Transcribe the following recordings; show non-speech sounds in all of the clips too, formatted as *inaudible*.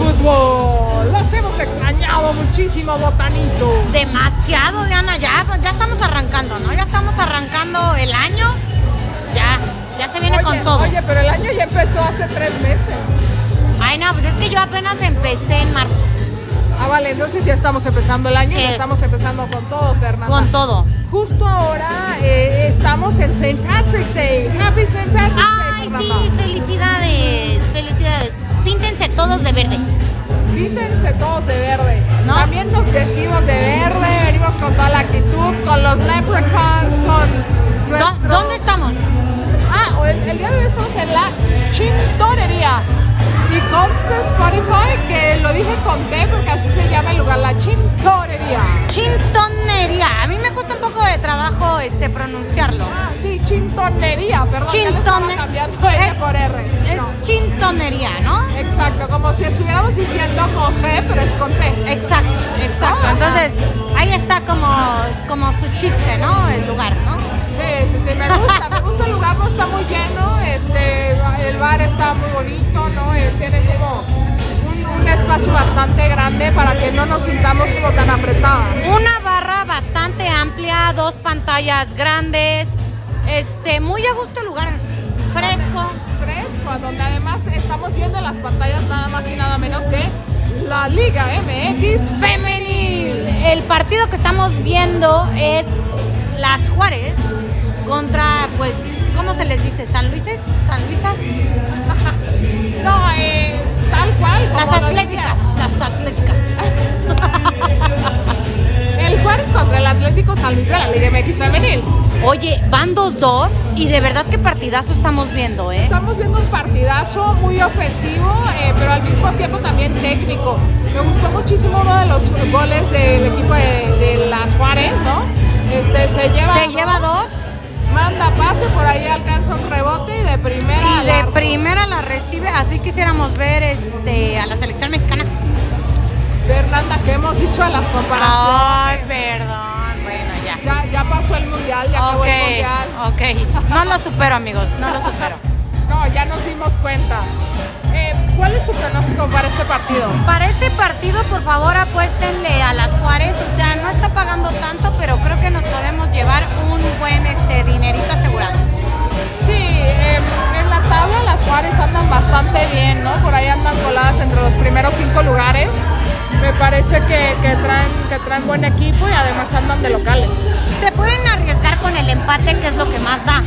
fútbol. Los hemos extrañado muchísimo, botanito. Demasiado, Diana, ya, pues, ya estamos arrancando, ¿no? Ya estamos arrancando el año. Ya, ya se viene Oye, con todo. Oye, pero el año ya empezó hace tres meses. Ay, no, pues es que yo apenas empecé en marzo Ah, vale, entonces ya estamos empezando el año y Sí. ya estamos empezando con todo, Fernanda. con todo. Justo ahora eh, estamos en St. Patrick's Day. Happy St. Patrick's Day, Ay, sí, Fernanda. felicidades, felicidades. Píntense todos de verde. Vítense todos de verde. ¿No? También nos vestimos de verde, venimos con toda la actitud, con los leprechauns, con ¿Dó- nuestro... ¿Dónde estamos? Ah, el, el día de hoy estamos en la Chintonería. Y consta en Spotify que lo dije con T porque así se llama el lugar, la Chintonería. Chintonería. A mí me cuesta un poco de trabajo este pronunciarlo. Ah, sí, Chintonería, perdón. ya le estaba Chintone- cambiando N es- por R. sí, Es no. chintonería, ¿no? Exacto, como si estuviéramos diciendo con G, pero es con T. Exacto, exacto. Ah. Entonces, ahí está como, como su chiste, ¿no? El lugar, ¿no? Sí, sí, sí, me gusta, me gusta el lugar, no está muy lleno, este, el bar está muy bonito, ¿no? Eh, Tiene como un, un espacio bastante grande para que no nos sintamos como tan apretadas. Una barra bastante amplia, dos pantallas grandes, este, muy a gusto el lugar, fresco. Fresco, donde además estamos viendo en las pantallas nada más y nada menos que la Liga MX Femenil. El partido que estamos viendo es las Juárez contra, pues, ¿cómo se les dice? ¿San Luises? ¿San Luisas? No, eh, tal cual. como Las lo Atléticas, dirías. las Atléticas. El Juárez contra el Atlético San Luis de la Liga MX Femenil. Oye, van dos dos y de verdad qué partidazo estamos viendo, ¿eh? Estamos viendo un partidazo muy ofensivo, eh, pero al mismo tiempo también técnico. Me gustó muchísimo uno de los goles del equipo de, de las Juárez, ¿no? Este, se lleva, Se lleva dos manda pase, por ahí alcanza un rebote y de primera y al de arco. primera la recibe, así quisiéramos ver este a la selección mexicana. Fernanda, que hemos dicho de las comparaciones. Ay, perdón, bueno, ya. Ya, ya pasó el mundial, ya acabó el mundial. ok. No lo supero, amigos, no lo supero. No, ya nos dimos cuenta. Eh, ¿Cuál es tu pronóstico para este partido? Para este partido, por favor, apuéstenle a las Juárez. O sea, no está pagando tanto, pero creo que nos podemos llevar un buen este dinerito asegurado. Sí, eh, en la tabla las Juárez andan bastante bien, ¿no? Por ahí andan coladas entre los primeros cinco lugares. Me parece que, que traen, que traen buen equipo y además andan de locales. Se pueden arriesgar con el empate, que es lo que más da.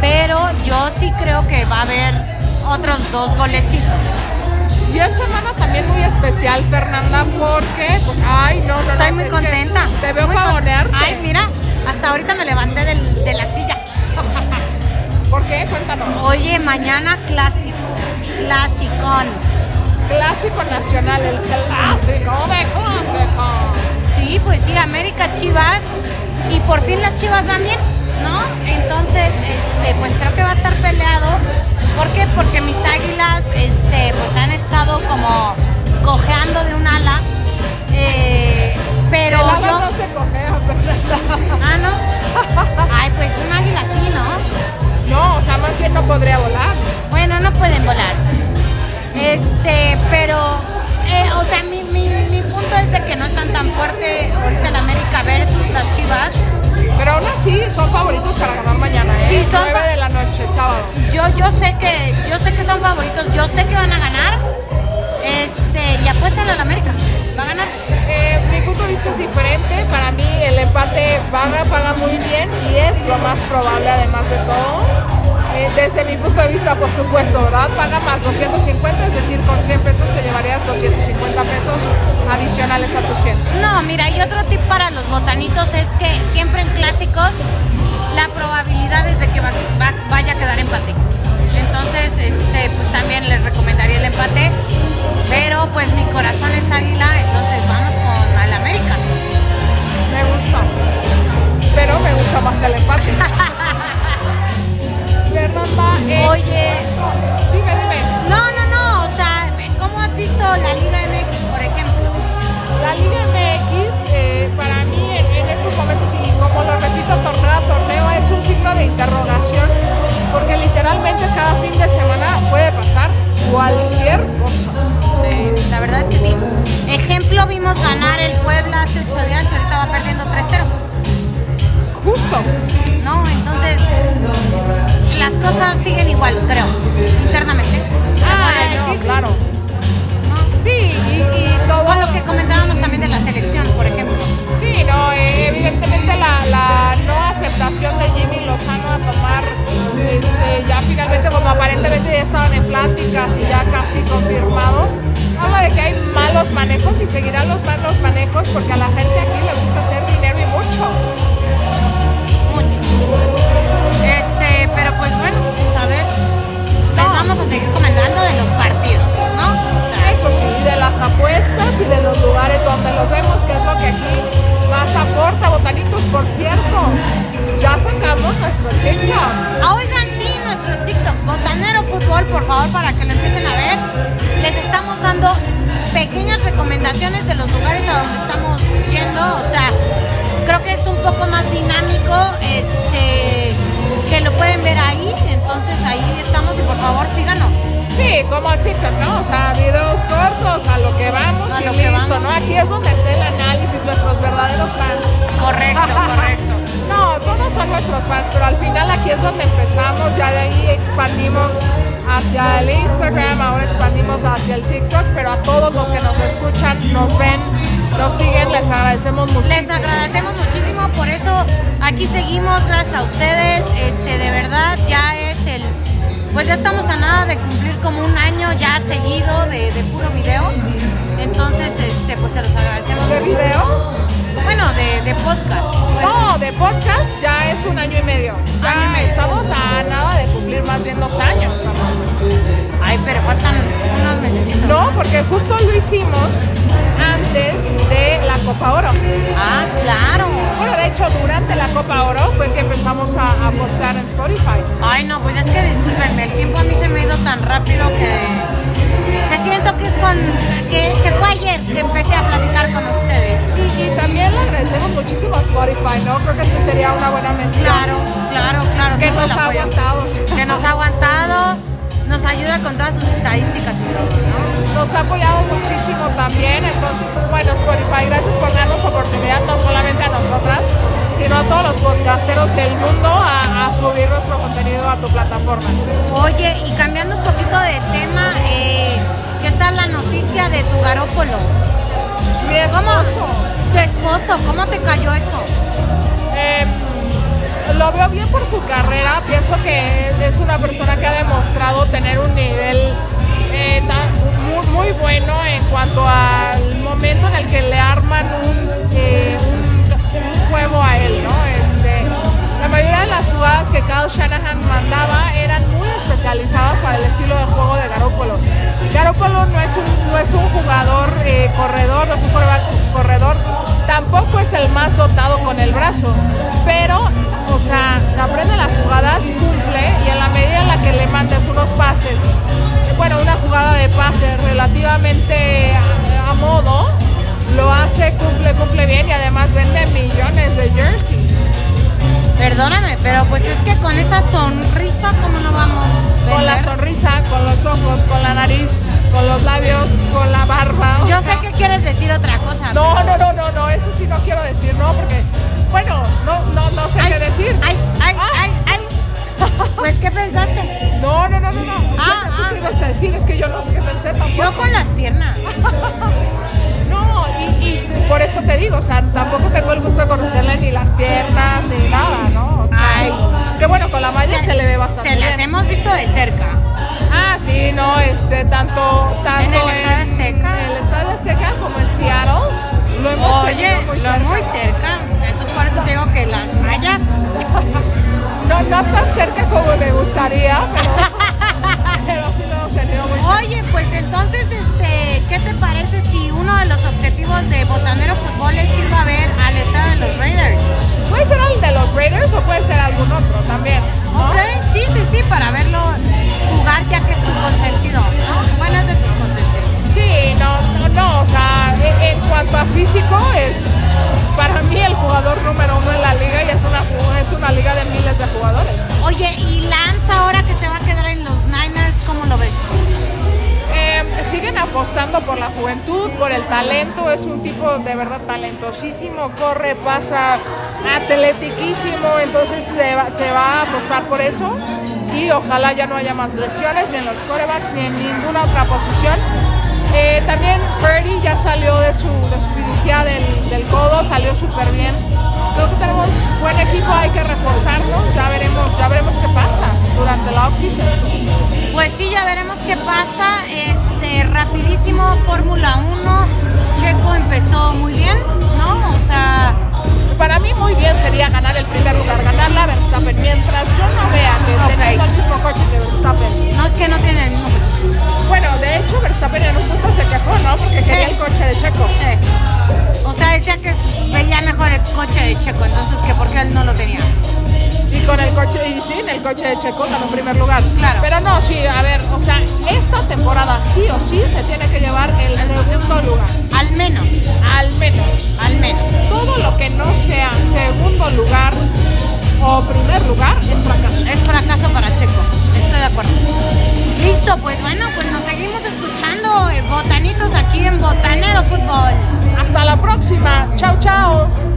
Pero yo sí creo que va a haber otros dos golecitos. Y es semana también muy especial, Fernanda, porque... Ay, no, no, no, Estoy muy es que contenta. Te veo Muy con- pavonearte. Ay, mira, hasta ahorita me levanté del- de la silla. *laughs* ¿Por qué? Cuéntanos. Oye, mañana clásico, clasicón. Clásico nacional, el clásico de clásicos. Sí, pues sí, América Chivas. Y por fin las Chivas van bien, ¿no? Entonces, este, pues creo que va a estar peleado. ¿Por qué? Porque mis águilas este, pues han estado como cojeando de un ala. Eh, pero El ala yo. no se *laughs* cojea, Fernanda. Ah, no. Ay, pues un águila sí, ¿no? No, o sea, más bien no podría volar. Bueno, no pueden volar. Este, pero. eh, o sea, mi, mi, mi punto es de que no están tan fuerte ahorita la América versus las Chivas. Pero aún así son favoritos para ganar mañana, ¿eh? Sí, son 9 fa- de la noche, sábado. Yo, yo sé que yo sé que son favoritos, yo sé que van a ganar. Este, y apuestan al América. Va a ganar. Eh, mi punto de vista es diferente. Para mí el empate paga, paga muy bien y es lo más probable además de todo. Eh, desde mi punto de vista, por supuesto, ¿verdad? Paga más 250, es decir, con 100 pesos te llevarías 250 pesos adicionales a tus 100. No, mira, y otro tip para los botanitos es que siempre en clásicos la probabilidad es de que va- va- vaya a quedar empate. Entonces, este, pues también les recomendaría el empate. Pero pues mi corazón es águila, entonces vamos con al América. Me gusta. Pero me gusta más el *laughs* empate. Fernanda, eh, Oye, dime, dime. no, no, no, o sea, ¿cómo has visto la Liga MX, por ejemplo? La Liga MX eh, para mí en, en estos momentos, y como lo repito torneo a torneo, es un signo de interrogación, porque literalmente cada fin de semana puede pasar cualquier cosa. Sí. lo vimos ganar el Puebla hace 8 días y ahorita va perdiendo 3-0. Justo. No, entonces las cosas siguen igual, creo, internamente. Se Ah, podría no, decir, claro. ¿no? Sí, y, y todo. Con lo que comentábamos también de la selección, por ejemplo. Sí, no, eh, evidentemente la, la no aceptación de Jimmy Lozano a tomar, este, ya finalmente, como aparentemente ya estaban en pláticas y ya casi confirmado, habla de que hay malos manejos y seguirán los malos manejos porque a la gente aquí le gusta hacer dinero y mucho. Mucho. Este, pero pues bueno, pues a ver, les No. vamos a seguir comentando de los partidos, ¿no? O sea, Eso sí, y de las apuestas y de los lugares donde los vemos, que es lo que aquí más aporta. Botanitos, por cierto, ya sacamos nuestro chicha. ah, oigan, sí, nuestro TikTok, Botanero Fútbol, por favor, para que lo empiecen a ver. Les estamos dando pequeñas recomendaciones de los lugares a donde estamos yendo, o sea, creo que es un poco más dinámico, este, que lo pueden ver ahí, entonces ahí estamos y por favor síganos. Sí, como TikTok, ¿no? O sea, videos cortos, a lo que vamos A y lo que listo, vamos. ¿no? Aquí es donde está el análisis, nuestros verdaderos fans. Correcto, correcto. No, todos son nuestros fans, pero al final aquí es donde empezamos, ya de ahí expandimos hacia el Instagram, ahora expandimos hacia el TikTok, pero a todos los que nos escuchan, nos ven, nos siguen, les agradecemos muchísimo. Les agradecemos muchísimo, por eso aquí seguimos, gracias a ustedes. Este, de verdad, ya es el. Pues ya estamos a nada de cumplir como un año ya seguido de, de puro video. Entonces, este, pues se los agradecemos. de muchísimo. videos. Bueno, de, de podcast. pues. No, de podcast ya es un año y medio. Ya Año y medio. estamos a nada de cumplir más bien dos años. amor. Ay, pero faltan unos meses. No, porque justo lo hicimos antes de la Copa Oro. Ah, claro. Bueno, de hecho, durante la Copa Oro fue que empezamos a a apostar en Spotify. Ay, no, pues es que discúlpenme, el tiempo a mí se me ha ido tan rápido que, que siento que es con. Que, que fue ayer que empecé a platicar con ustedes. Y, y también le agradecemos muchísimo a Spotify, ¿no? Creo que sí sería una buena mención. Claro, claro, claro. Que todo el nos ha apoyo. aguantado. Que nos ha aguantado, nos ayuda con todas sus estadísticas y todo, ¿no? *laughs* nos ha apoyado muchísimo también. Entonces, pues bueno, Spotify, gracias por darnos oportunidad, no solamente a nosotras, sino a todos los podcasteros del mundo a, a subir nuestro contenido a tu plataforma. Oye, y cambiando un poquito de tema, eh, ¿qué tal la noticia de tu garópolo? Mi ¿Cómo? esposo, Tu esposo, ¿cómo te cayó eso? eh, Em, lo veo bien por su carrera. Pienso que es una persona que ha demostrado tener un nivel eh, tan- muy, muy bueno en cuanto al momento en el que le arman un, eh, un juego a él, ¿no? Este, La mayoría de las jugadas que Kyle Shanahan mandaba eran muy especializadas para el estilo de juego de Garoppolo. Garoppolo no es un, no es un jugador eh, corredor, no es un coreba- corredor, tampoco es el más dotado con el brazo, pero, o sea, se aprende las jugadas, cumple y en la medida en la que le mandes unos pases, bueno, una jugada de pase relativamente a, a modo, lo hace, cumple, cumple bien y además vende millones de jerseys. Perdóname, pero pues es que con esa sonrisa, ¿cómo no vamos? a con la vender? sonrisa, con los ojos, con la nariz, con los labios, con la barba. o Yo sé sea, que quieres decir otra cosa. No, no, no, no, no, eso sí no quiero decir, no, porque, bueno, no, no, no sé Ay, qué decir. Ay, ay, Ah. ay, ay. Pues, ¿qué pensaste? No, no, no, no, no. Yo Ah, sé tú ah. qué ibas a decir, es que yo no sé qué pensé Yo tampoco. *laughs* con las piernas. No, y, y por eso te digo, o sea, tampoco tengo el gusto de conocerle ni las piernas ni nada, ¿no? O sea, Ay. Que bueno, con la malla se le ve bastante Se las bien. hemos visto de cerca. Ah, sí, no, este, tanto, tanto En el Estadio Azteca. En el Estadio Azteca como en Seattle. Lo hemos Oye, tenido muy lo cerca. muy cerca. Entonces por eso te digo que las mallas. No, no tan cerca como me gustaría, pero, pero *laughs* sí lo hemos tenido muy cerca. Oye, pues entonces, este, ¿qué te parece si uno de los objetivos de Botanero Fútbol es ir a ver al estado de los Raiders? Puede ser el de los Raiders o puede ser algún otro también. ¿no? Ok, sí, sí, sí, para verlo jugar ya que es tu consentido, ¿no? Bueno, es de tus consentidos. Sí, no, no, no, o sea, en, en cuanto a físico es para mí el jugador número uno en la liga y es una, ju- es una liga de miles de jugadores. Oye, y Lance ahora que se va a quedar en los Niners, ¿cómo lo ves? Eh, siguen a apostando por la juventud, por el talento. Es un tipo de verdad talentosísimo, corre, pasa, atletiquísimo. Entonces se va, se va a apostar por eso. Y ojalá ya no haya más lesiones, ni en los corebacks, ni en ninguna otra posición. Eh, también Purdy ya salió de su, de su cirugía del, del codo, salió súper bien. Creo que tenemos buen equipo, hay que reforzarnos, ya veremos, ya veremos qué pasa durante la offseason. Pues sí, ya veremos qué pasa. Este, rapidísimo, Fórmula 1, Checo empezó muy bien, ¿no? O sea, para mí muy bien sería ganar el primer lugar, ganar la Verstappen, mientras yo no vea que Ok. tenemos el mismo coche que Verstappen. no es que no tiene el mismo coche. Bueno, de hecho Verstappen en un punto se quejó, ¿no? Porque quería el coche de Checo. Eh, O sea, decía que veía mejor el coche de Checo, entonces que por qué él no lo tenía. Y con el coche, y sin el coche de Checo ganó primer lugar. Claro. Pero no, sí, a ver, o sea, esta temporada sí o sí se tiene que llevar el segundo lugar. Al menos, Al menos. al menos. Todo lo que no sea segundo lugar o primer lugar es fracaso. Es fracaso para Checo, estoy de acuerdo. Listo, pues bueno, pues nos seguimos escuchando eh, botanitos aquí en Botanero Fútbol. Hasta la próxima. Chao, chao.